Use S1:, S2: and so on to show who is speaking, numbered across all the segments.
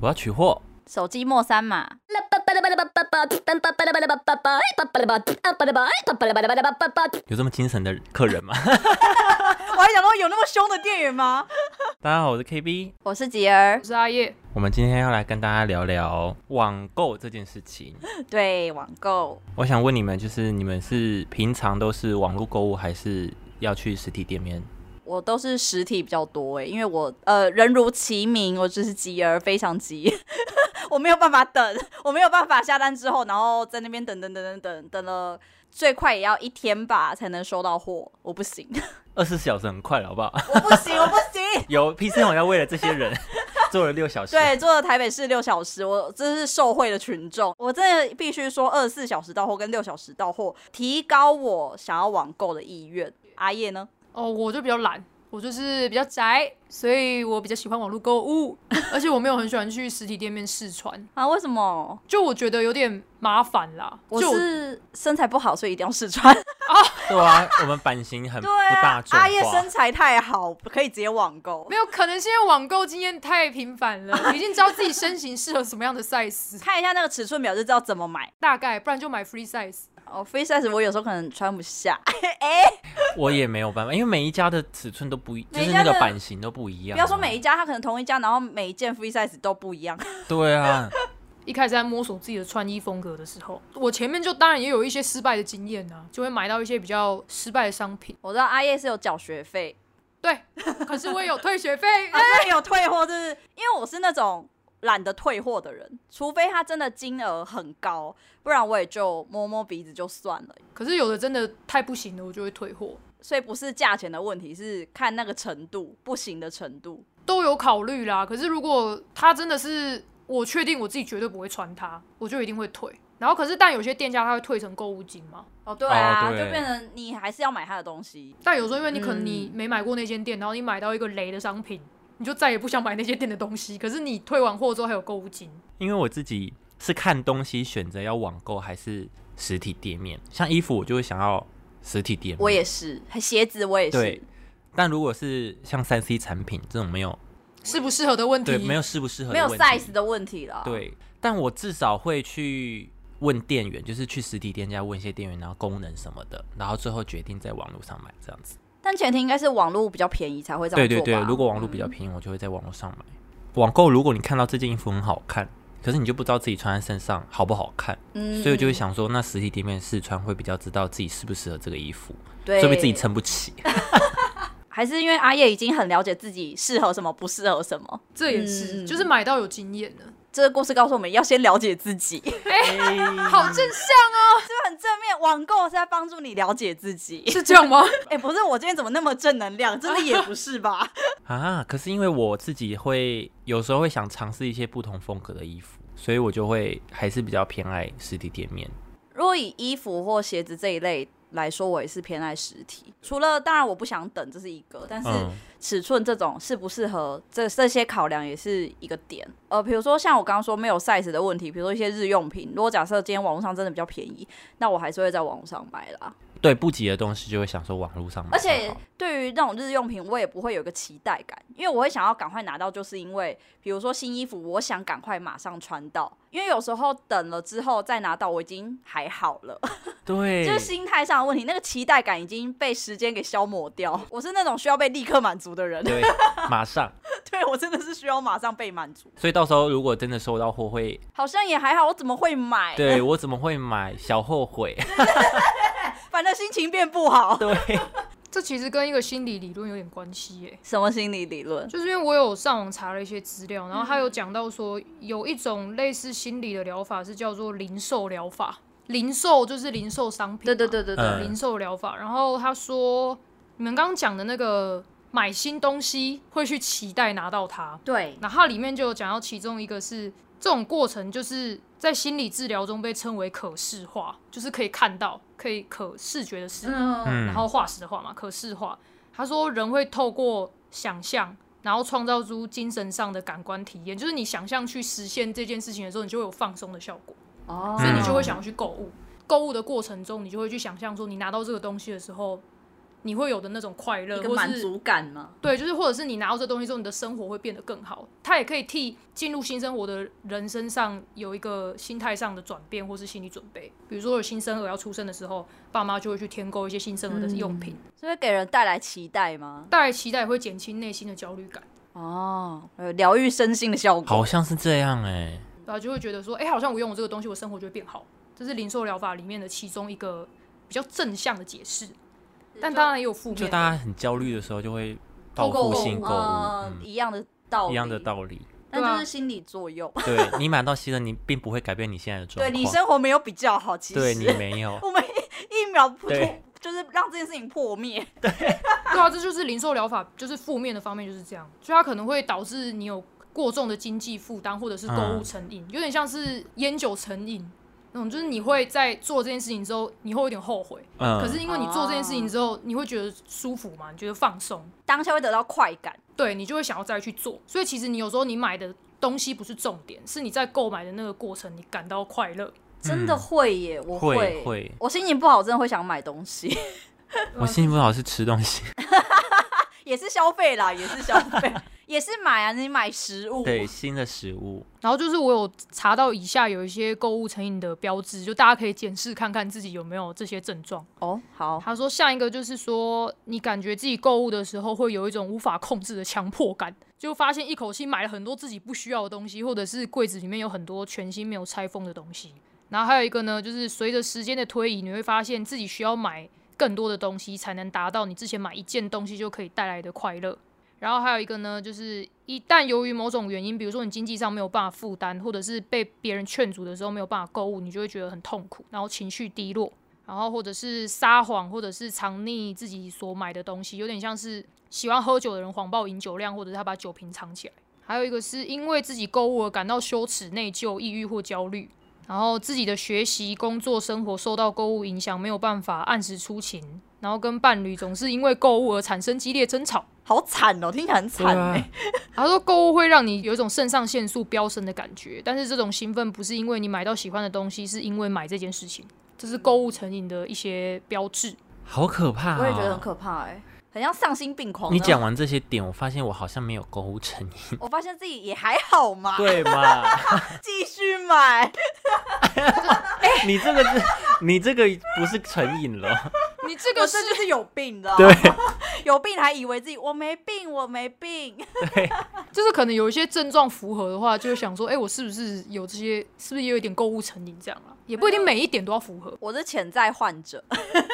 S1: 我要取货。
S2: 手机莫删嘛。
S1: 有这么精神的客人吗？
S3: 我还想说有那么凶的店员吗？
S1: 大家好，我是 KB。
S2: 我是吉儿
S3: 我，是阿叶，
S1: 我们今天要来跟大家聊聊网购这件事情。
S3: 对网购，
S1: 我想问你们，就是你们是平常都是网络购物，还是要去实体店面？
S3: 我都是实体比较多哎，因为我呃人如其名，我就是急儿，非常急， 我没有办法等，我没有办法下单之后，然后在那边等等等等等等了，最快也要一天吧才能收到货，我不行，
S1: 二十四小时很快了，好不 好？
S3: 我不行，我不行。
S1: 有 PC 网要为了这些人 做了六小时。
S3: 对，做了台北市六小时，我真是受惠的群众。我真的必须说，二十四小时到货跟六小时到货，提高我想要网购的意愿。阿叶呢？
S4: 哦，我就比较懒，我就是比较宅，所以我比较喜欢网络购物，而且我没有很喜欢去实体店面试穿，
S3: 啊，为什么？
S4: 就我觉得有点麻烦啦。
S3: 我
S4: 就是
S3: 身材不好，所以一定要试 穿。
S1: 对啊，我们版型很不大众
S3: 啊阿叶
S1: 化。
S3: 身材太好，可以直接网购
S4: 没。有可能，现在网购经验太频繁了，已经知道自己身形适合什么样的 size，
S3: 看一下那个尺寸表就知道怎么买。
S4: 大概，不然就买 free size。
S3: 哦，free size 我有时候可能穿不下，哎
S1: 我也没有办法，因为每一家的尺寸都不一，就
S3: 每一
S1: 是
S3: 家
S1: 那
S3: 的
S1: 个版型都不一样啊。
S3: 不要说每一家，它可能同一家，然后每一件 free size 都不一样。
S1: 对啊，
S4: 一开始在摸索自己的穿衣风格的时候，我前面就当然也有一些失败的经验啊，就会买到一些比较失败的商品。
S3: 我知道阿叶是有缴学费，
S4: 对，可是我也有退学费。
S3: 啊， 所以有退货，就是因为我是那种懒得退货的人，除非他真的金额很高，不然我也就摸摸鼻子就算了。
S4: 可是有的真的太不行了，我就会退货。
S3: 所以不是价钱的问题，是看那个程度不行的程度。
S4: 都有考虑啦。可是如果它真的是我确定我自己绝对不会穿它，我就一定会退。然后可是，但有些店家他会退成购物金嘛。
S3: 哦，对啊，
S1: 哦对
S3: 就变成你还是要买他的东西。
S4: 但有时候因为你可
S3: 嗯
S4: 能你没买过那间店，然后你买到一个雷的商品，你就再也不想买那间店的东西。可是你退完货之后还有购物金，
S1: 因为我自己是看东西选择要网购还是实体店面，像衣服我就会想要实体店面。
S3: 我也是，鞋子我也
S1: 对
S3: 是。，
S1: 但如果是像三 C 产品这种没 有
S4: 适不适合的问题
S1: 对，没有适不适合
S3: 没有
S1: 的问题
S3: size 的问题了。，
S1: 对，但我至少会去问店员，就是去实体店家问一些店员，然后功能什么的，然后最后决定在网络上买这样子。
S3: 但前提应该是网络比较便宜才会这
S1: 对
S3: 样
S1: 对
S3: 做吧。嗯
S1: 对，如果网络比较便宜，我就会在网络上买。网购如果你看到这件衣服很好看，可是你就不知道自己穿在身上好不好看，
S3: 嗯
S1: 所以我就会想说，那实体店面试穿会比较知道自己适不适合这个衣服，
S3: 对，
S1: 说明自己撑不起。
S3: 还是因为阿叶已经很了解自己适合什么，不适合什么。
S4: 这也是、
S3: 嗯
S4: 就是买到有经验的，
S3: 这个故事告诉我们要先了解自己，这
S4: 好正向
S3: 很正面。网购是在帮助你了解自己
S4: 啊，。是这样吗？
S3: 哎、不是，我今天怎么那么正能 量？真的也不是吧？
S1: 啊，可是因为我自己会有时候会想尝试一些不同风格的衣服，所以我就会还是比较偏爱实体店面。
S3: 如果以衣服或鞋子这一类来说，我也是偏爱实体。除了当然我不想等，这是一个，但是
S1: 嗯，
S3: 尺寸这种适不适合，这这些考量也是一个点。呃，比如说像我刚刚说没有 size 的问题，比如说一些日用品，如果假设今天网络上真的比较便宜，那我还是会在网络上买啦。
S1: 对不急的东西就会想说网络上买
S3: 而
S1: 就好，
S3: 且对于那种日用品，我也不会有一个期待感，因为我会想要赶快拿到，就是因为比如说新衣服，我想赶快马上穿到，因为有时候等了之后再拿到，我已经还好 了。
S1: 对，
S3: 就是心态上的问题，那个期待感已经被时间给消磨掉。我是那种需要被立刻满足的人，
S1: 对，马上。
S3: 对我真的是需要马上被满足。
S1: 所以到时候如果真的收到货会，
S3: 好像也还好，我怎么会买？
S1: 对我怎么会买？小后悔。
S3: 反正心情变不好。
S1: 对，
S4: 这其实跟一个心理理论有点关系耶、
S3: 什么心理理论？
S4: 就是因为我有上网查了一些资料，然后
S2: 嗯
S4: 他有讲到说，有一种类似心理的疗法是叫做零售疗法。零售就是零售商品嘛，
S2: 对对对对对，
S1: 嗯
S4: 零售疗法。然后他说，你们刚刚讲的那个买新东西会去期待拿到它，
S2: 对，
S4: 然后它里面就有讲到其中一个是这种过程，就是在心理治疗中被称为可视化，就是可以看到、可以可视觉的事
S3: 哦
S2: 嗯，
S1: 嗯
S4: 然后化石的化嘛，可视化。他说人会透过想象，然后创造出精神上的感官体验，就是你想象去实现这件事情的时候，你就会有放松的效果，
S2: 哦，
S4: 所以你就会
S3: 嗯
S4: 想要去购物。购物的过程中，你就会去想象说，你拿到这个东西的时候，你会有的那种快乐，
S3: 一个
S4: 或
S3: 满
S4: 是
S3: 足感嘛。
S4: 对，就是或者是你拿到这东西之后，你的生活会变得更好。它也可以替进入新生活的人身上有一个心态上的转变，或是心理准备。比如说有新生儿要出生的时候，爸妈就会去添购一些新生儿
S3: 嗯
S4: 的用品，
S3: 是会给人带来期待吗？
S4: 带来期待，也会减轻内心的焦虑感。
S3: 哦，有疗愈身心的效果。
S1: 好像是这样哎、
S4: 然后就会觉得说，哎、好像我用我这个东西，我生活就会变好。这是零售疗法里面的其中一个比较正向的解释，但当然也有负面的。
S1: 就大家很焦虑的时候就会报
S3: 购
S1: 复
S3: 物
S1: 性购物，
S3: 呃
S1: 嗯，
S3: 一样的道理，
S1: 一样的道理。
S3: 但
S4: 对啊
S3: 就是心理作用。
S1: 对你买到新的，你并不会改变你现在的状
S3: 对
S1: 况，
S3: 你生活没有比较好，其实，
S1: 对你没有
S3: 我们一秒不
S1: 对
S3: 就是让这件事情破灭。
S4: 对啊，这就是零售疗法，就是负面的方面就是这样，就它可能会导致你有过重的经济负担，或者是购
S1: 嗯
S4: 物成瘾，有点像是烟酒成瘾那种，就是你会在做这件事情之后，你会有点后悔，
S1: 嗯，
S4: 可是因为你做这件事情之后，你会觉得舒服嘛，你觉得放松，
S3: 当下会得到快感，
S4: 对你就会想要再去做，所以其实你有时候你买的东西不是重点，是你在购买的那个过程你感到快乐。
S3: 真的会耶，我
S1: 会
S3: 会。
S1: 会，
S3: 我心情不好，真的会想买东西，
S1: 我心情不好是吃东西，
S3: 也是消费啦，也是消费，也是买啊，你买食物，
S1: 对新的食物，
S4: 然后就是我有查到以下有一些购物成瘾的标志，就大家可以检视看看自己有没有这些症状。
S3: 哦，好，
S4: 他说上一个就是说，你感觉自己购物的时候会有一种无法控制的强迫感，就发现一口气买了很多自己不需要的东西，或者是柜子里面有很多全新没有拆封的东西。然后还有一个呢，就是随着时间的推移，你会发现自己需要买更多的东西，才能达到你之前买一件东西就可以带来的快乐。然后还有一个呢，就是一旦由于某种原因，比如说你经济上没有办法负担，或者是被别人劝阻的时候没有办法购物，你就会觉得很痛苦，然后情绪低落。然后或者是撒谎，或者是藏匿自己所买的东西，有点像是喜欢喝酒的人谎报饮酒量，或者是他把酒瓶藏起来。还有一个是因为自己购物而感到羞耻、内疚、抑郁或焦虑，然后自己的学习、工作、生活受到购物影响，没有办法按时出勤，然后跟伴侣总是因为购物而产生激烈争吵。
S3: 好惨哦，听起来很
S1: 对
S3: 惨
S1: 啊
S3: 哎、，
S4: 他说购物会让你有一种肾上腺素飙升的感觉，但是这种兴奋不是因为你买到喜欢的东西，是因为买这件事情，这是购物成瘾的一些标志。
S1: 好可怕、哦，
S3: 我也觉得很可怕哎、很像丧心病狂。
S1: 你讲，完这些点，我发现我好像没有购物成瘾，
S3: 我发现自己也还好嘛，
S1: 对嘛？
S3: 继续买，
S1: 你这个是，你这个不是成瘾了，
S4: 你这
S3: 我
S4: 个是
S3: 这就是有病的，
S1: 对，
S3: 有病还以为自己我没病，我没病， 。
S1: 对，
S4: 就是可能有一些症状符合的话，就会想说，哎、我是不是有这些？是不是也有一点购物成瘾这样啊？也不一定每一点都要符合
S3: 我是潜在患者。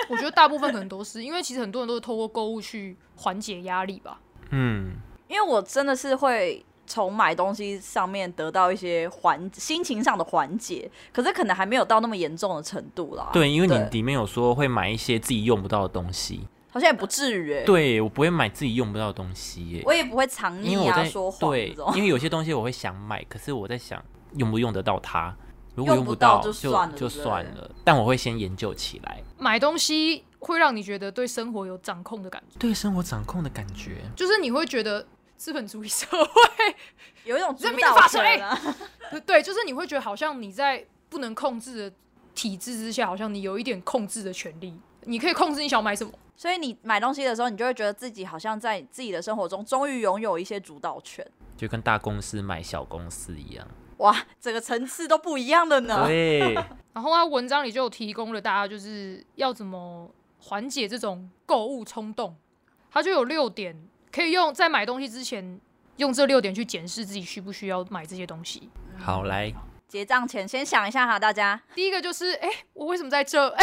S4: 我觉得大部分可能都是，因为其实很多人都是透过购物去缓解压力吧。
S1: 嗯，
S3: 因为我真的是会从买东西上面得到一些缓心情上的缓解，可是可能还没有到那么严重的程度啦。
S1: 对，因为你
S3: 啊对
S1: 里面有说会买一些自己用不到的东西，
S3: 好像也不至于、欸，
S1: 对我不会买自己用不到的东西耶，
S3: 我也不会藏
S1: 因为
S3: 匿
S1: 我
S3: 啊、
S1: 在
S3: 说谎
S1: 对
S3: 这种，。
S1: 因为有些东西我会想买，可是我在想用不用得到它，如果
S3: 用
S1: 不
S3: 不到
S1: 就
S3: 就算了
S1: 就
S3: 对不对
S1: 算了，但我会先研究起来，
S4: 买东西会让你觉得对生活有掌控的感觉，
S1: 对生活掌控的感觉，
S4: 就是你会觉得资本主义社会，
S3: 有一种主
S4: 人民的
S3: 导
S4: 法锤
S3: 权啊，
S4: 对，就是你会觉得好像你在不能控制的体制之下，好像你有一点控制的权利，你可以控制你想买什么。
S3: 所以你买东西的时候，你就会觉得自己好像在自己的生活中终于拥有一些主导权。
S1: 就跟大公司买小公司一 样，
S3: 哇，整个层次都不一样了呢。
S1: 对，
S4: 然后他啊文章里就有提供了大家就是要怎么缓解这种购物冲动，他就有六点可以用在买东西之前用这六点去检视自己需不需要买这些东西。
S1: 好 来，
S3: 结账前先想一下哈，大家，
S4: 第一个就是，哎、我为什么在这？哎、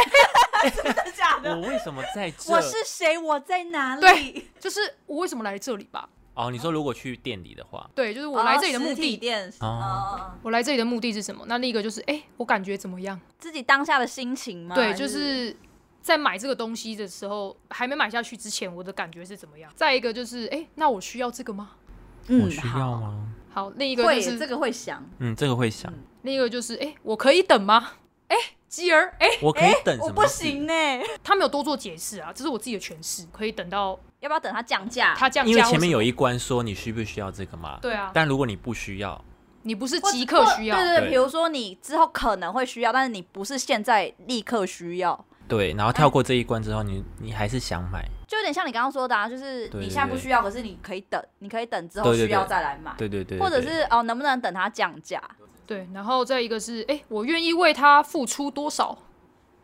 S3: 真的假
S1: 我
S3: 的？
S1: 为什么在这？
S3: 我是谁？我在哪里？
S4: 对就是我为什么来这里吧？
S1: 哦，你说如果去店里的话，
S4: 对，就是我来这里的
S3: 哦
S4: 目
S3: 实体
S4: 的，
S3: 店
S1: 哦
S3: 哦
S4: 我来这里的目的是什么？那另一个就是，哎、我感觉怎么样？
S3: 自己当下的心情吗？
S4: 对，
S3: 还
S4: 就是在买这个东西的时候，还没买下去之前，我的感觉是怎么样？再一个就是，哎、那我需要这个吗？
S1: 我
S3: 嗯，
S1: 需要
S3: 好
S1: 吗？
S4: 好，另一个
S3: 会
S4: 就是
S3: 这个会想，
S1: 嗯，这个会想，
S4: 另一个就是，哎、我可以等吗？哎、吉儿，哎、
S1: 我可以等什么？
S3: 我不，行呢，
S4: 他没有多做解释啊，这是我自己的诠释，可以等到
S3: 要不要等它降价？
S4: 他降价或什么。
S1: 因为前面有一关说你需不需要这个嘛，
S4: 对啊，
S1: 但如果你不需要，
S4: 你不是
S3: 或
S4: 即刻需要，
S3: 对对
S1: 对
S3: 对，比如说你之后可能会需要，但是你不是现在立刻需要，
S1: 对，然后跳过这一关之后，你你还是想买，
S3: 就有点像你刚刚说的，啊，就是
S1: 对
S3: 你现在不
S1: 对
S3: 需要，可是你可以等，你可以等之后
S1: 对对
S3: 需要
S1: 对
S3: 再来买，
S1: 对对对，
S3: 或者
S1: 对
S3: 是哦，能不能等它降价
S4: 对，然后再一个是，哎、我愿意为他付出多少？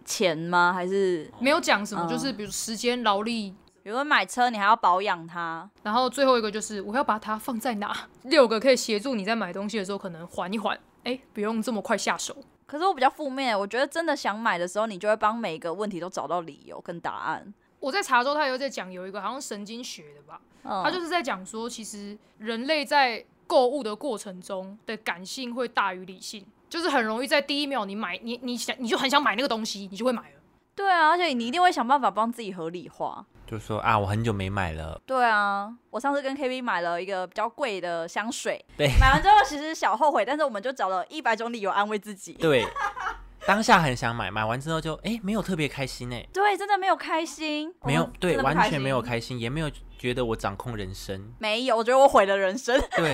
S3: 钱吗？还是
S4: 没有讲什么，就是
S3: 嗯
S4: 比如时间、劳力，
S3: 比如说买车你还要保养它，
S4: 然后最后一个就是我要把它放在哪？六个可以协助你在买东西的时候可能缓一缓，哎、不用这么快下手。
S3: 可是我比较负面，我觉得真的想买的时候，你就会帮每一个问题都找到理由跟答案。
S4: 我在查之后，他有在讲有一个好像神经学的吧，
S3: 嗯，
S4: 他就是在讲说，其实人类在购物的过程中的感性会大于理性，就是很容易在第一秒你买你你想你就很想买那个东西，你就会买了。
S3: 对啊，而且你一定会想办法帮自己合理化。
S1: 就说啊，我很久没买了，
S3: 对啊，我上次跟 K V 买了一个比较贵的香水，
S1: 对
S3: 买完之后其实小后悔，但是我们就找了一百种理由安慰自己。
S1: 对，当下很想买，买完之后就哎、没有特别开心哎、
S3: 对，真的没有开心，
S1: 没有
S3: 我们
S1: 对，
S3: 哦真的
S1: 完
S3: 不开
S1: 全没有
S3: 心
S1: 开心，也没有觉得我掌控人生，
S3: 没有，我觉得我毁了人生。
S1: 对，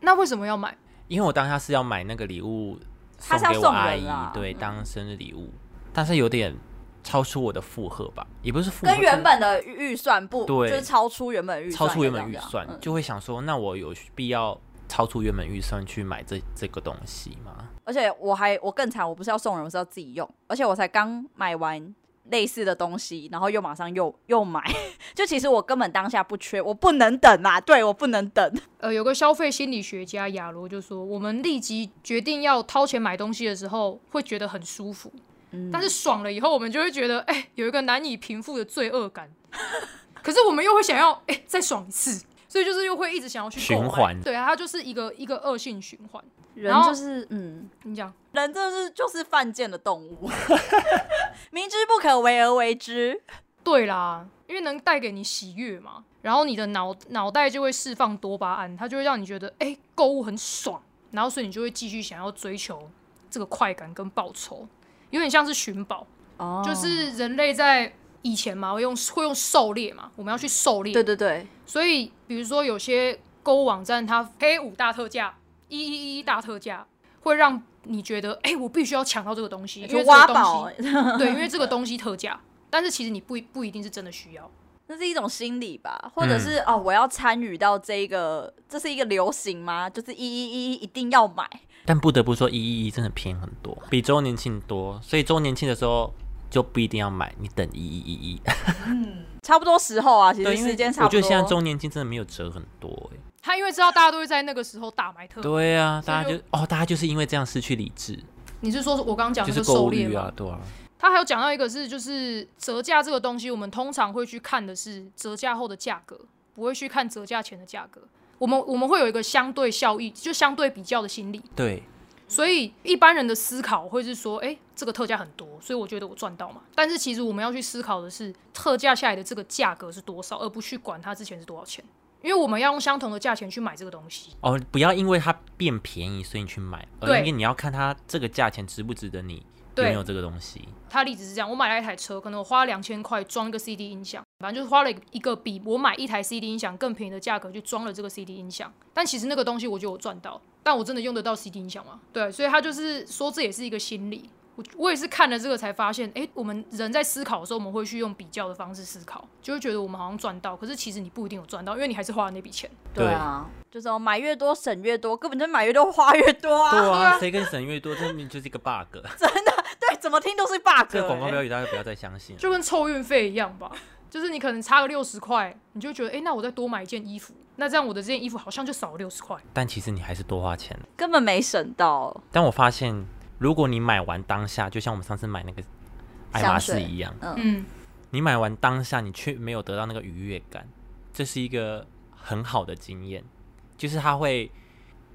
S4: 那为什么要买？
S1: 因为我当下是要买那个礼物
S3: 他
S1: 送
S3: 是要
S1: 给我
S3: 送
S1: 阿
S3: 人
S1: 姨
S3: 啦，
S1: 对，
S3: 嗯
S1: 当生日礼物，但是有点超出我的负荷吧，也不是负荷，
S3: 跟
S1: 就
S3: 原
S1: 是
S3: 本的预算不，
S1: 对
S3: 就是超出原本的预
S1: 超
S3: 算，
S1: 出原本
S3: 应
S1: 预
S3: 该这样
S1: 算
S3: 讲，嗯
S1: 就会想说，那我有必要超出原本预算去买这这个东西吗？
S3: 而且我还我更惨，我不是要送人，我是要自己用，而且我才刚买完类似的东西，然后又马上又又买， 就其实我根本当下不缺，我不能等啊，对我不能等，
S4: 呃，有个消费心理学家亚罗就说，我们立即决定要掏钱买东西的时候，会觉得很舒服，但是爽了以后，我们就会觉得，哎、有一个难以平复的罪恶感。可是我们又会想要，哎、再爽一次，所以就是又会一直想要去购买
S1: 循环
S4: 对啊，它就是一个一个恶性循环。
S3: 人
S4: 然后
S3: 就是嗯，
S4: 你讲，
S3: 人就是就是犯贱的动物， 明知不可为而为之，
S4: 对啦，因为能带给你喜悦嘛，然后你的脑脑袋就会释放多巴胺，它就会让你觉得，哎、购物很爽，然后所以你就会继续想要追求这个快感跟报酬，有点像是寻宝。
S3: 哦
S4: 就是人类在以前嘛，会用会用狩猎嘛，我们要去狩猎。
S3: 对对对，
S4: 所以比如说有些购物网站，它黑五大特价、一一一大特价，会让你觉得，哎、我必须要抢到这个东西，因为
S3: 就
S4: 这个
S3: 挖
S4: 东
S3: 宝、
S4: 西，对，因为这个东西特价。但是其实你不不一定是真的需要，
S3: 那是一种心理吧，或
S1: 嗯
S3: 者是、哦，我要参与到这一个，这是一个流行吗？就是一一一一定要买，
S1: 但不得不说，一一一真的便宜很多，比周年庆多，所以周年庆的时候就不一定要买，你等一一一一。
S3: 差不多时候啊，其实
S1: 对，因为
S3: 时间差
S1: 我
S3: 不多。
S1: 觉得现在周年庆真的没有折很多、欸，
S4: 他因为知道大家都会在那个时候大买特买。
S1: 对啊，
S4: 所以
S1: 大家就哦，大家就是因为这样失去理智，
S4: 你是说我刚刚讲
S1: 就
S4: 那
S1: 是
S4: 个
S1: 购
S4: 狩
S1: 物
S4: 猎
S1: 欲
S4: 吗？
S1: 啊，对啊，
S4: 他还有讲到一个是，就是折价这个东西，我们通常会去看的是折价后的价格，不会去看折价前的价格。我们我们会有一个相对效益，就相对比较的心理，
S1: 对，
S4: 所以一般人的思考会是说，哎、这个特价很多，所以我觉得我赚到嘛。但是其实我们要去思考的是，特价下来的这个价格是多少，而不去管它之前是多少钱，因为我们要用相同的价钱去买这个东西。
S1: 哦，不要因为它变便宜所以你去买，而
S4: 对
S1: 应该你要看它这个价钱值不值得你有
S4: 对啊
S1: 没有这个东西。
S4: 他的例子是这样：我买了一台车，可能我花两千块装一个 CD 音响，反正就是花了一个比我买一台 CD 音响更便宜的价格去装了这个 CD 音响。但其实那个东西我觉得我赚到，但我真的用得到 CD 音响吗？对，所以他就是说这也是一个心理。我我也是看了这个才发现，诶，我们人在思考的时候，我们会去用比较的方式思考，就会觉得我们好像赚到，可是其实你不一定有赚到，因为你还是花了那笔钱。
S1: 对
S3: 啊，就是哦买越多省越多，根本就买越多花越多啊！
S1: 对啊，谁跟省越多，这明明就是一个 bug。
S3: 对，怎么听都是 bug、
S1: 这个广告标
S3: 语，
S1: 语大家不要再相信了。
S4: 就跟凑运费一样吧， 就是你可能差个六十块，你就觉得，诶，那我再多买一件衣服，那这样我的这件衣服好像就少了六十块。
S1: 但其实你还是多花钱了。
S3: 根本没省到。
S1: 但我发现，如果你买完当下，就像我们上次买那个爱马仕一样，
S4: 嗯，
S1: 你买完当下，你却没有得到那个愉悦感，这是一个很好的经验，就是它会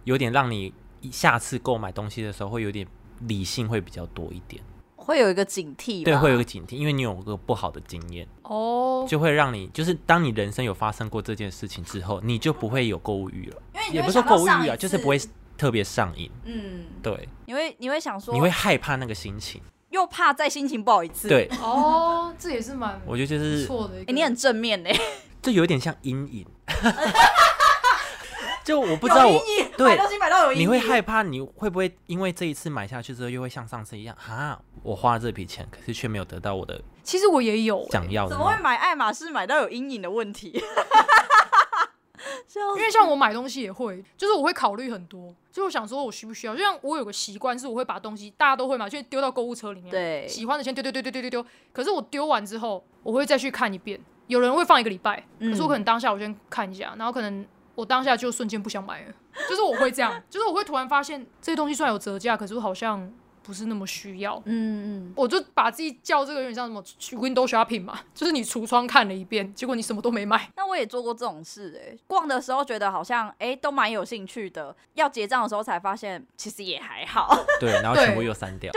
S1: 有点让你下次购买东西的时候会有点理性会比较多一点，
S3: 会有一个啊警惕吧，
S1: 对，啊会有一个警惕，因为你有个不好的经验，
S4: 哦，
S1: 就会让你就是当你人生有发生过这件事情之后，你就不会有购物欲了，
S3: 因为你
S1: 也不是
S3: 会
S1: 说
S3: 想到
S1: 购物
S3: 上
S1: 欲
S3: 一
S1: 啊，就是
S3: 次
S1: 不会特别上瘾，
S3: 嗯，
S1: 对，
S3: 你会你会想说，
S1: 你会害怕那个心情，
S3: 又怕再心情不好一次，
S1: 对，
S4: 哦，这也是蛮
S1: 我觉得就
S4: 不
S1: 是
S4: 错的一
S3: 诶
S4: 个。
S3: 你很正面呢、
S1: 这有点像阴影， 就我不
S3: 不
S1: 知道我
S3: 意义，
S1: 对
S3: 买东西买到有意义，
S1: 你会害怕，你会不会因为这一次买下去之后，又会像上次一样啊？我花了这笔钱，可是却没有得到我的
S4: 其实我也有、欸，
S1: 想要的
S3: 怎
S1: 那
S3: 么
S1: 种。
S3: 会买爱马仕买到有阴影的问题？
S4: 因为像我买东西也会，就是我会考虑很多，就我想说我需不需要。就像我有个习惯是，我会把东西大家都会嘛，就丢到购物车里面，
S3: 对
S4: 喜欢的先丢丢丢丢丢丢丢。可是我丢完之后，我会再去看一遍。有人会放一个礼拜，可是我可能当下我先看一下，然后可能我当下就瞬间不想买了，就是我会这样，就是我会突然发现这些东西虽然有折价，可是我好像不是那么需要。
S3: 嗯嗯，
S4: 我就把自己叫这个有点像什么去 window shopping 嘛， 就是你橱窗看了一遍，结果你什么都没买。
S3: 那我也做过这种事哎、逛的时候觉得好像哎、都蛮有兴趣的，要结账的时候才发现其实也还好。
S1: 对，然后
S4: 对
S1: 全部又删掉。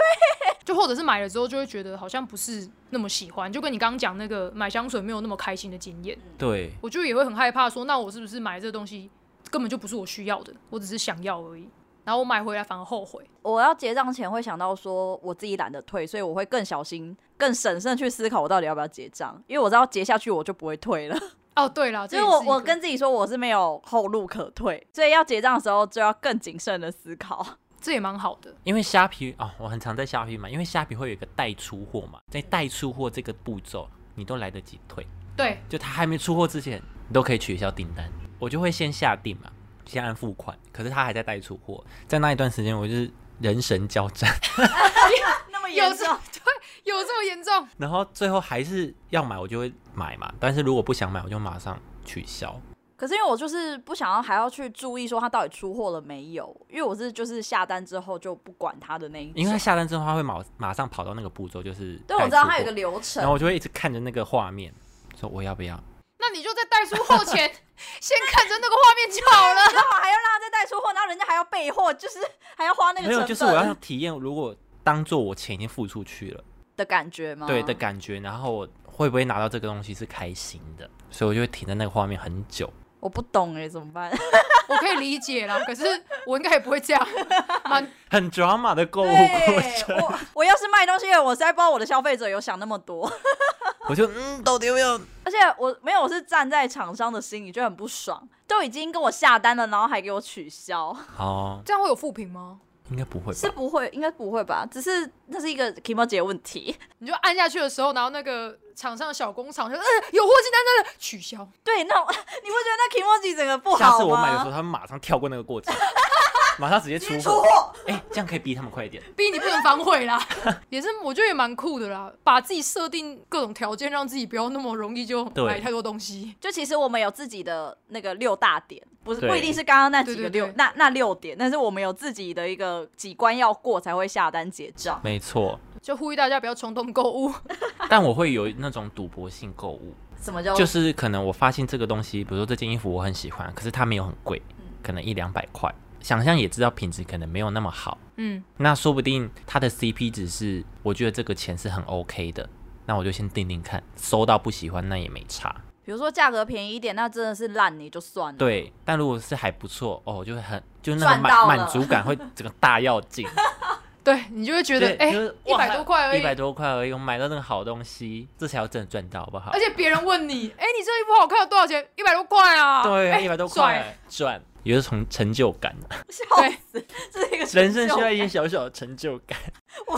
S4: 就或者是买了之后就会觉得好像不是那么喜欢，就跟你刚刚讲那个买香水没有那么开心的经验，
S3: 嗯
S1: 对，
S4: 我就也会很害怕说，那我是不是买这个东西根本就不是我需要的，我只是想要而已，然后我买回来反而后悔。
S3: 我要结账前会想到说我自己懒得退，所以我会更小心、更审慎去思考我到底要不要结账，因为我知道结下去我就不会退了。
S4: 哦，对了，
S3: 所
S4: 这
S3: 以
S4: 也
S3: 我
S4: 是一个
S3: 我跟自己说我是没有后路可退，所以要结账的时候就要更谨慎的思 考。
S4: 这也蛮好的，
S1: 因为虾皮哦，我很常在虾皮买，因为虾皮会有一个待出货嘛，在待出货这个步骤，你都来得及退，
S4: 对，
S1: 就他还没出货之前，你都可以取消订单。我就会先下定嘛，先按付款，可是他还在待出货，在那一段时间，我就是人神交战，
S3: 那么
S4: 有这 对有这么严重？
S1: 然后最后还是要买，我就会买嘛，但是如果不想买，我就马上取消。
S3: 可是因为我就是不想要还要去注意说他到底出货了没有，因为我是就是下单之后就不管他的那一
S1: 因为他
S3: 种。
S1: 下单之后，他会马马上跑到那个步骤，就是
S3: 对，我
S1: 待
S3: 知道
S1: 出
S3: 他有
S1: 货
S3: 个流
S1: 然后
S3: 程，
S1: 我就会一直看着那个画面，说我要不要？
S4: 那你就在带出货前 先看着那个画面就 好了。
S3: 然后还要让他再带出货，然后人家还要备货，就是还要花那
S1: 没
S3: 个成
S1: 有，
S3: 本
S1: 就是我要体验，如果当做我钱已经付出去了，
S3: 的感觉吗？
S1: 对的感觉，然后我会不会拿到这个东西是开心的？所以我就会停在那个画面很久。
S3: 我不懂哎、怎么办？
S4: 我可以理解啦，可是我应该也不会这样，蛮
S1: 很 drama 的购物过程，
S3: 对，我我要是卖东西的人，我实在不知道我的消费者有想那么多。
S1: 我就嗯，到底要不要？
S3: 而且我没有，我是站在厂商的心里就很不爽，都已经跟我下单了，然后还给我取消，
S1: 哦，
S4: 这样会有负评吗？
S1: 应该不会
S3: 是
S1: 吧？
S3: 不会，应该不会吧？只是那是一个 k i m o j i 的问题。
S4: 你就按下去的时候，然后那个厂商的小工厂就呃有货进单，那个取消。
S3: 对，那我你不觉得那 k i m o j i 整个不好吗？
S1: 下次我买的时候，他们马上跳过那个过 程，马上直接出货。
S3: 货，
S1: 哎、这样可以逼他们快一点。
S4: 逼你不能反悔 啦，也是我觉得也蛮酷的啦，把自己设定各种条件，让自己不要那么容易就
S1: 对
S4: 买太多东西。
S3: 就其实我们有自己的那个六大点，不是
S1: 对
S3: 不一定是刚刚那几
S4: 对
S3: 个
S4: 对对
S3: 六那那六点，但是我们有自己的一个几关要过才会下单结账。
S1: 没错，
S4: 就呼吁大家不要冲动购物，
S1: 但我会有那种赌博性购物，
S3: 什么叫
S1: 就是可能我发现这个东西，比如说这件衣服我很喜欢，可是它没有很贵，可能一两百块。想象也知道品质可能没有那么好，
S4: 嗯，
S1: 那说不定它的 CP 值是我觉得这个钱是很 OK 的，那我就先定定看，收到不喜欢那也没差。
S3: 比如说价格便宜一点，那真的是烂你就算了。，
S1: 对，但如果是还不错哦，就会很就是那
S3: 嗯赚
S1: 种
S3: 到
S1: 满
S3: 了
S1: 满足 感会整个大要进，
S4: 对你就会觉得哎，一百、多块而
S1: 一百
S4: 已，
S1: 多块而已，我买到那个好东西，这才要真的赚到，好不好
S4: 而？且别人问你，哎、你这衣服好看，有多少钱？一百多块啊！
S1: 对啊，
S4: 哎
S1: 一百多
S4: 帅
S1: 块赚，也是从成就感，
S3: 笑
S4: 对
S3: 死，这是一个
S1: 人生
S3: 成就
S1: 需要一些小小的成就感，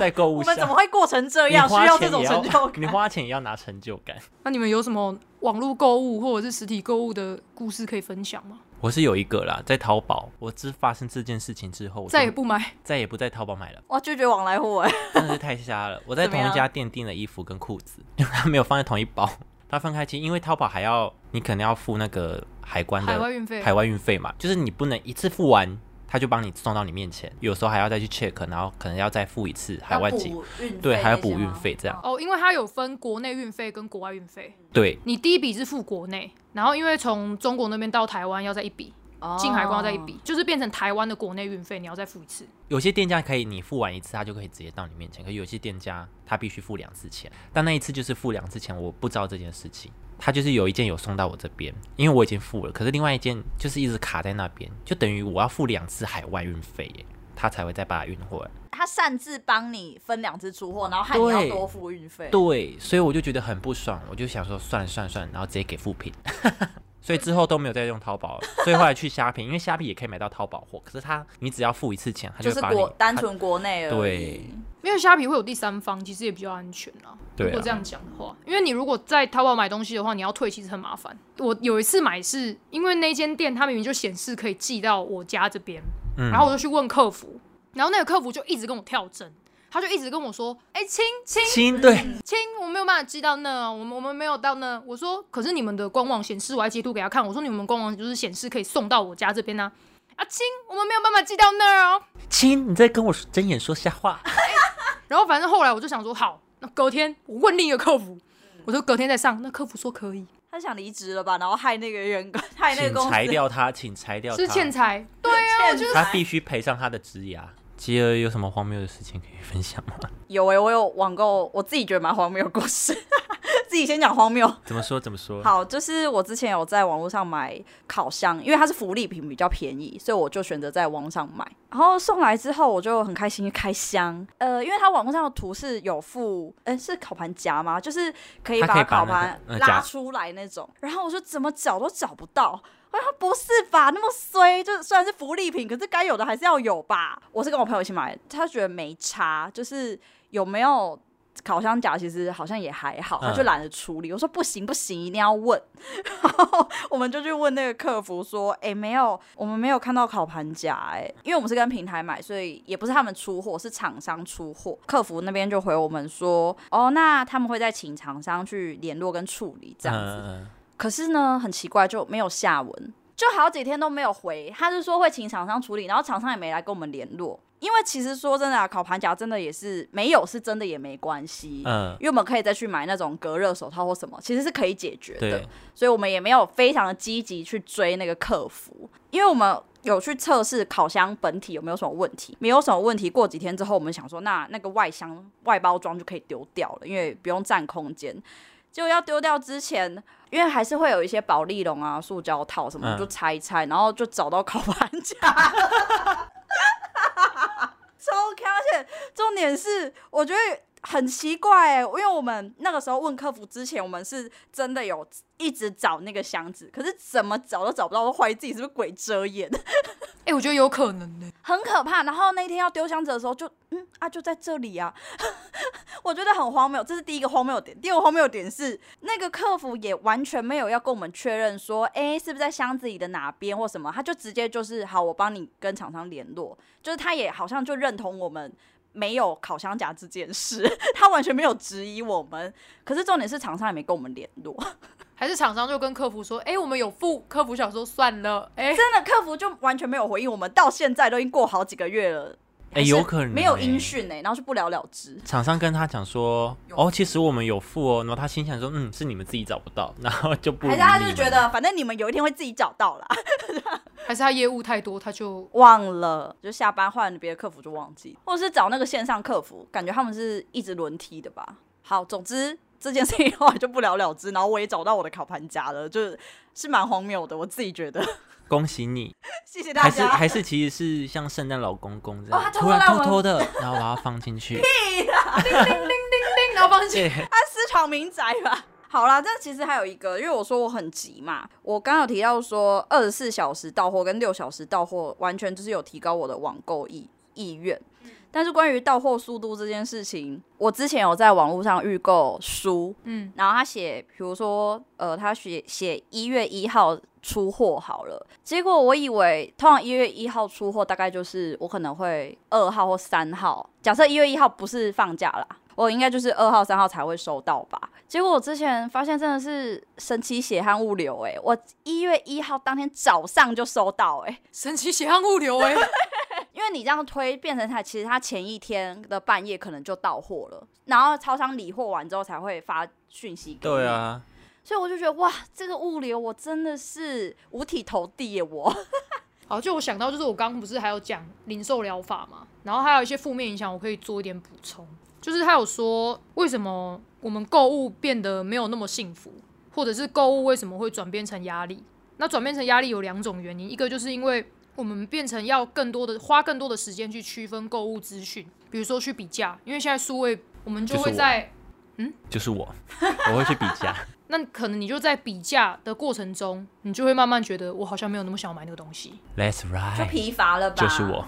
S1: 在购
S3: 我
S1: 物
S3: 们怎
S1: 上。
S3: 么会过成这
S1: 你
S3: 样？需
S1: 花
S3: 要这
S1: 钱
S3: 种
S1: 也
S3: 成
S1: 要，
S3: 就
S1: 你
S3: 感。
S1: 花钱也要拿成就感。
S4: 那你们有什么网络购物或者是实体购物的故事可以分享吗？
S1: 我是有一个啦，在淘宝，我自发生这件事情之后，我就
S4: 再也不买，
S1: 再也不在淘宝买了，
S3: 哇，拒绝往来户哎、
S1: 真的是太瞎了。我在
S3: 怎么
S1: 同一
S3: 样
S1: 家店订了衣服跟裤子， 他没有放在同一包，他分开寄，因为淘宝还要你可能要付那个海关的
S4: 海外运费
S1: 海外运费嘛，就是你不能一次付完。他就帮你送到你面前，有时候还要再去 check，然后可能要再付一次 海外寄，
S3: 运
S1: 对，还要补运费这样。
S4: 哦，因为它有分国内运费跟国外运费，
S1: 对，
S4: 你第一笔是付国内，然后因为从中国那边到台湾要再一笔，
S3: 哦
S4: 进海关要再一笔，就是变成台湾的国内运费，你要再付一次。
S1: 有些店家可以你付完一次，他就可以直接到你面前，可有些店家他必须付两次钱，但那一次就是付两次钱，我不知道这件事情。他就是有一件有送到我这边，因为我已经付了，可是另外一件就是一直卡在那边，就等于我要付两次海外运费耶，他才会再把它运回来。
S3: 他擅自帮你分两次出货，然后害你要
S1: 对
S3: 多付运费。
S1: 对，所以我就觉得很不爽，我就想说算了算了算了，然后直接给负评。所以之后都没有再用淘宝了。所以后来去虾皮，因为虾皮也可以买到淘宝货，可是它你只要付一次钱，它
S3: 就是
S1: 会把你
S3: 国单
S1: 它
S3: 纯国内而已。
S1: 对
S4: 因为虾皮会有第三方，其实也比较安全啦。
S1: 对啊
S4: 如果这样讲的话，因为你如果在淘宝买东西的话，你要退其实很麻烦。我有一次买是因为那间店它明明就显示可以寄到我家这边，
S1: 嗯
S4: 然后我就去问客服，然后那个客服就一直跟我跳针，他就一直跟我说：“哎、亲亲
S1: 亲对
S4: 亲，我没有办法寄到那，我们我们没有到那。”我说：“可是你们的官网显示，我还截图给他看，我说你们官网就是显示可以送到我家这边呢、啊。”亲，我们没有办法寄到那儿哦。
S1: 亲，你在跟我睁眼说瞎话。
S4: 然后反正后来我就想说，好，那隔天我问另一个客服，我说隔天再上，那客服说可以，
S3: 他想离职了吧，然后害那个员工， 害那
S1: 请
S3: 个公司。
S1: 裁掉他，请裁掉
S4: 是欠
S1: 他，
S4: 财，对啊，我就
S1: 他必须赔上他的职涯。吉儿有什么荒谬的事情可以分享吗？
S3: 有哎、我有网购，我自己觉得蛮荒谬的故事， 自己先讲荒谬。
S1: 怎么说？怎么说？
S3: 好，就是我之前有在网络上买烤箱，因为它是福利品比较便宜，所以我就选择在网上买。然后送来之后，我就很开心开箱。呃，因为它网络上的图是有附，嗯、是烤盘夹吗？就是可以
S1: 它可以把那
S3: 烤
S1: 个
S3: 盘
S1: 呃夹
S3: 拉出来那种。然后我说怎么找都找不到。我说不是吧，那么衰，就是虽然是福利品，可是该有的还是要有吧。我是跟我朋友一起买的，他觉得没差，就是有没有烤箱夹其实好像也还好，他就
S1: 嗯
S3: 懒得处理。我说不行不行，一定要问。 然后我们就去问那个客服说，哎、没有，我们没有看到烤盘夹，哎，因为我们是跟平台买，所以也不是他们出货，是厂商出货。客服那边就回我们说，哦，那他们会再请厂商去联络跟处理这样子。
S1: 嗯
S3: 可是呢，很奇怪，就没有下文，就好几天都没有回。他是说会请厂商处理，然后厂商也没来跟我们联络。因为其实说真的啊，烤盘夹真的也是没有是真的也没关系，
S1: 嗯，
S3: 因为我们可以再去买那种隔热手套或什么，其实是可以解决的
S1: 对。，
S3: 所以我们也没有非常的积极去追那个客服，因为我们有去测试烤箱本体有没有什么问题，没有什么问题。过几天之后，我们想说，那那个外箱外包装就可以丢掉了，因为不用占空间。就要丢掉之前，因为还是会有一些保丽龙啊、塑胶套什
S1: 嗯
S3: 么，就拆一拆，然后就找到烤盘架了。超开，而且重点是，我觉得很奇怪、欸，因为我们那个时候问客服之前，我们是真的有一直找那个箱子，可是怎么找都找不到，我怀疑自己是不是鬼遮眼，
S4: 哎、我觉得有可能呢、
S3: 很可怕。然后那天要丢箱子的时候就，嗯啊，就在这里啊， 我觉得很荒谬。这是第一个荒谬点，第二个荒谬点是那个客服也完全没有要跟我们确认说，哎、是不是在箱子里的哪边或什么，他就直接就是好，我帮你跟厂商联络，就是他也好像就认同我们。没有烤箱夹这件事，他完全没有质疑我们。可是重点是厂商也没跟我们联络，
S4: 还是厂商就跟客服说，哎、我们有付，客服想说算了，哎、
S3: 真的客服就完全没有回应我们，到现在都已经过好几个月了，
S1: 哎、
S3: 还是
S1: 有可能、
S3: 没有音。讯哎、然后就不了了之。
S1: 厂商跟他讲说，哦，其实我们有付哦，然后他心想说，嗯，是你们自己找不到， 然后就不理你
S3: 还是
S1: 们。
S3: 他就是觉得，反正你们有一天会自己找到啦。
S4: 还是他业务太多，他就
S3: 忘了，就下班换别的客服就忘记，或者是找那个线上客服，感觉他们是一直轮替的吧。好，总之这件事情后来就不了了之，然后我也找到我的烤盘夹了，就是是蛮荒谬的，我自己觉得。
S1: 恭喜你，
S3: 谢谢
S1: 还
S3: 大
S1: 是
S3: 家。
S1: 还是其实是像圣诞老公公这样，
S3: 哦他偷偷
S1: 突然
S3: 让
S1: 偷
S3: 我
S1: 偷的，然后把它放进 去。
S4: 叮然后放弃。
S1: 对
S3: 私闯民宅吧。 好啦，但其实还有一个，因为我说我很急嘛，我刚刚有提到说二十四小时到货跟六小时到货，完全就是有提高我的网购意意愿。但是关于到货速度这件事情，我之前有在网络上预购书，
S4: 嗯，
S3: 然后他写，比如说，呃，他写写一月一号出货好了，结果我以为通常一月一号出货，大概就是我可能会二号或三号，假设一月一号不是放假啦，我应该就是二号、三号才会收到吧。结果我之前发现真的是神奇血汗物流、欸，我一月一号当天早上就收到、欸，
S4: 神奇血汗物流哎、
S3: 因为你这样推变成它，其实它前一天的半夜可能就到货了，然后超商理货完之后才会发讯息给你。
S1: 对啊，
S3: 所以我就觉得哇，这个物流我真的是五体投地耶！我
S4: 好，就我想到就是我刚刚不是还有讲零售疗法嘛，然后还有一些负面影响，我可以做一点补充，就是他有说为什么我们购物变得没有那么幸福，或者是购物为什么会转变成压力？那转变成压力有两种原因，一个就是因为我们变成要更多的花更多的时间去区分购物资讯，比如说去比价，因为现在数位我们就
S1: 就是
S4: 会
S1: 我
S4: 在嗯，
S1: 就是我，我会去比 价。
S4: 那可能你就在比价的过程中，你就会慢慢觉得我好像没有那么想要买那个东西。
S1: That's
S3: 就
S1: right，
S3: 疲乏了吧？
S1: 就是我。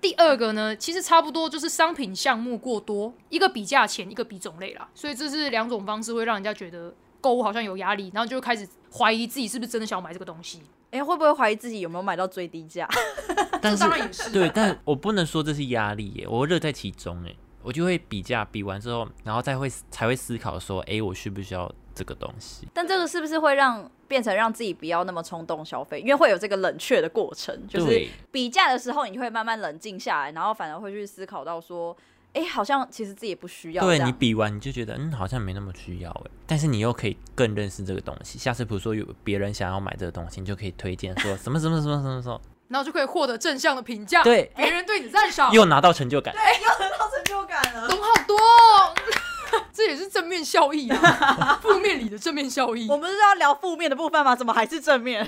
S4: 第二个呢，其实差不多就是商品项目过多，一个比价钱，一个比种类啦，所以这是两种方式会让人家觉得购物好像有压力，然后就会开始怀疑自己是不是真的想要买这个东西。
S3: 哎、会不会怀疑自己有没有买到最低价？
S1: 但是
S4: 当然也是，
S1: 对，但我不能说这是压力耶，我乐在其中哎，我就会比价，比完之后，然后再会才会思考说，哎、我需不需要这个东西？
S3: 但这个是不是会让变成让自己不要那么冲动消费？因为会有这个冷却的过程，就是
S1: 对，
S3: 比价的时候，你就会慢慢冷静下来，然后反而会去思考到说，哎、好像其实自己也不需要。
S1: 对
S3: 这
S1: 你
S3: 样
S1: 比完你就觉得，嗯，好像没那么需要哎，但是你又可以更认识这个东西。下次比如说有别人想要买这个东西，你就可以推荐说什么什么什么什么 什么，
S4: 然后就可以获得正向的评价，
S1: 对
S4: 别人对你赞赏，
S1: 又拿到成就感。
S3: 到成就感了。
S4: 懂好多、哦， 这也是正面效益啊，负面里的正面效益
S3: 我，们是要聊负面的部分吗？怎么还是正面？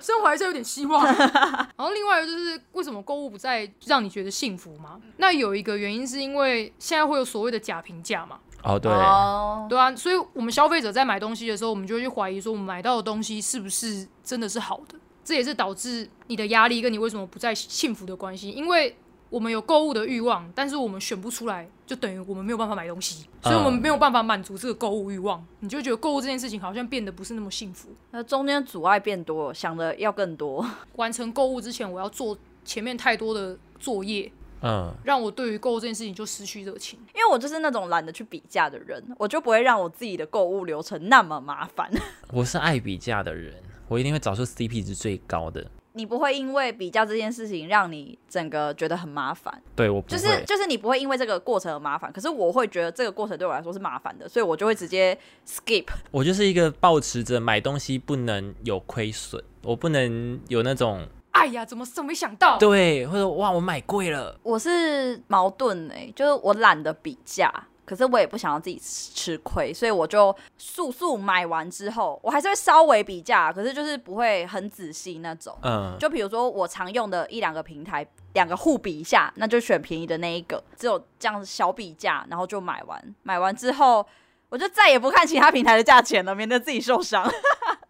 S4: 生活还是有点希望。然后另外一个就是为什么购物不再让你觉得幸福吗？那有一个原因是因为现在会有所谓的假评价嘛，
S1: 哦，对，
S3: 哦，
S4: 对啊，所以我们消费者在买东西的时候，我们就会去怀疑说，我们买到的东西是不是真的是好的？这也是导致你的压力跟你为什么不再幸福的关系，因为我们有购物的欲望，但是我们选不出来，就等于我们没有办法买东西，所以我们
S1: 嗯
S4: 没有办法满足这个购物欲望，你就觉得购物这件事情好像变得不是那么幸福。
S3: 那中间阻碍变多了，想的要更多。
S4: 完成购物之前，我要做前面太多的作业，
S1: 嗯，
S4: 让我对于购物这件事情就失去热情。
S3: 因为我就是那种懒得去比价的人，我就不会让我自己的购物流程那么麻烦。
S1: 我是爱比价的人，我一定会找出 CP 值最高的。
S3: 你不会因为比较这件事情让你整个觉得很麻烦，
S1: 对我不会，
S3: 就是就是你不会因为这个过程很麻烦，可是我会觉得这个过程对我来说是麻烦的，所以我就会直接 skip。
S1: 我就是一个保持着买东西不能有亏损，我不能有那种
S4: 哎呀，怎么怎么没想到？
S1: 对，或者哇我买贵了，
S3: 我是矛盾哎、就是我懒得比价，可是我也不想要自己吃亏，所以我就速速买完之后，我还是会稍微比价，可是就是不会很仔细那种。
S1: 嗯，
S3: 就比如说我常用的一两个平台，两个互比一下，那就选便宜的那一个，只有这样小比价，然后就买完。买完之后，我就再也不看其他平台的价钱了，免得自己受伤。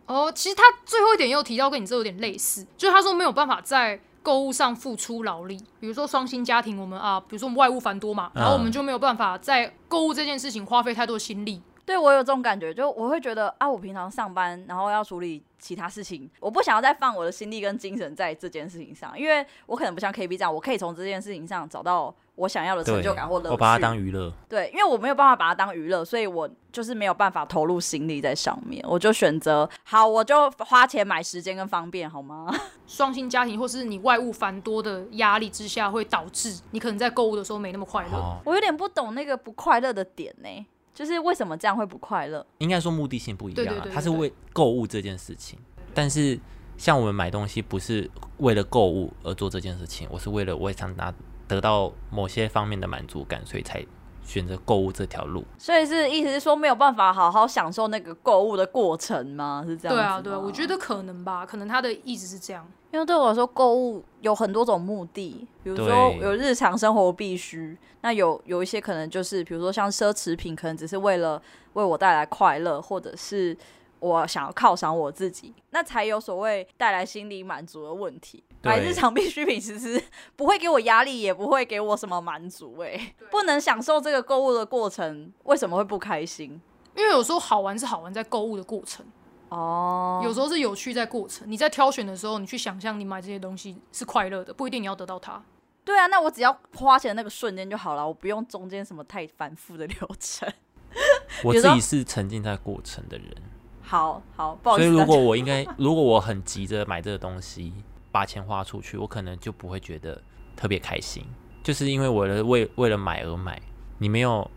S4: 哦，其实他最后一点又提到跟你这有点类似，就是他说没有办法在购物上付出劳力，比如说双薪家庭，我们啊，比如说我们外物繁多嘛，然后我们就没有办法在购物这件事情花费太多心力。
S3: 对我有这种感觉，就我会觉得啊，我平常上班，然后要处理其他事情，我不想要再放我的心力跟精神在这件事情上，因为我可能不像 KB 这样，我可以从这件事情上找到我想要的成
S1: 对，
S3: 就感或乐趣。
S1: 我把它当娱乐，
S3: 对，因为我没有办法把它当娱乐，所以我就是没有办法投入心力在上面，我就选择好，我就花钱买时间跟方便，好吗？
S4: 双薪家庭或是你外物繁多的压力之下，会导致你可能在购物的时候没那么快乐。
S1: 哦，
S3: 我有点不懂那个不快乐的点呢、就是为什么这样会不快乐？
S1: 应该说目的性不一样
S4: 对对
S1: 啊
S4: 对，对
S1: 它是为购物这件事情，但是像我们买东西不是为了购物而做这件事情，我是为了我也想拿得到某些方面的满足感，所以才选择购物这条路。
S3: 所以是意思是说没有办法好好享受那个购物的过程吗？是这样
S4: 对
S3: 子
S4: 啊，对啊，
S3: 吗
S4: 我觉得可能吧，可能他的意思是这样。
S3: 因为对我来说，购物有很多种目的，比如说
S1: 对
S3: 有日常生活必须，那有有一些可能就是，比如说像奢侈品，可能只是为了为我带来快乐，或者是我想要犒赏我自己，那才有所谓带来心理满足的问题。
S1: 对
S3: 买日常必需品其实 不会给我压力，也不会给我什么满足、欸，不能享受这个购物的过程，为什么会不开心？
S4: 因为有时候好玩是好玩在购物的过程，
S3: 哦，
S4: 有时候是有趣在过程。你在挑选的时候，你去想象你买这些东西是快乐的，不一定你要得到它。
S3: 对啊，那我只要花钱的那个瞬间就好了，我不用中间什么太繁复的流程。
S1: 我
S3: 比如
S1: 自
S3: 说
S1: 己是沉浸在过程的人，
S3: 好好，不好意
S1: 所以
S3: 思，
S1: 如
S3: 大家
S1: 果我应该，如果我很急着买这个东西，把钱花出去，我可能就不会觉得特别开心，就是因为我的为为了买而买，你没有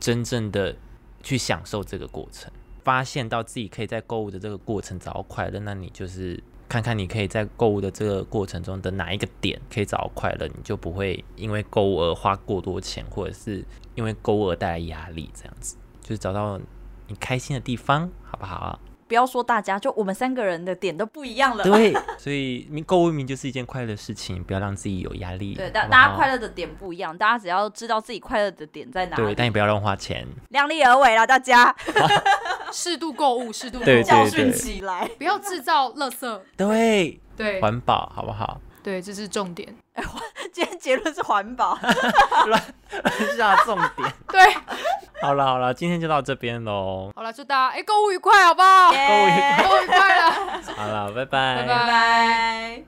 S1: 真正的去享受这个过程，发现到自己可以在购物的这个过程找到快乐，那你就是看看你可以在购物的这个过程中的哪一个点可以找到快乐，你就不会因为购物而花过多钱，或者是因为购物而带来压力，这样子，就是找到你开心的地方，好不好？
S3: 不要说大家，就我们三个人的点都不一 样了。
S1: 对，所以明购物明就是一件快乐的事情，不要让自己有压力。
S3: 对，
S1: 好
S3: 大
S1: 不
S3: 大家
S1: 好
S3: 快乐的点不一样，大家只要知道自己快乐的点在哪
S1: 对，
S3: 里，
S1: 但也不要乱花钱。
S3: 量力而为啦，大家
S4: 适度购物，适度购
S1: 对
S4: 物，
S3: 教训起来。
S4: 不要制造垃圾。
S1: 对，
S4: 对
S1: 环保好不 好？
S4: 对，这是重点。
S3: 今天结论是环 保，
S1: 下重点。
S4: 对，
S1: 好了好了，今天就到这边喽。
S4: 好了，祝大家哎购物愉快，好不好？
S1: 物愉
S3: 耶
S1: 哎
S4: 购物愉快了，
S1: 好了，拜
S4: 拜
S1: 拜。
S4: 拜。
S3: 拜。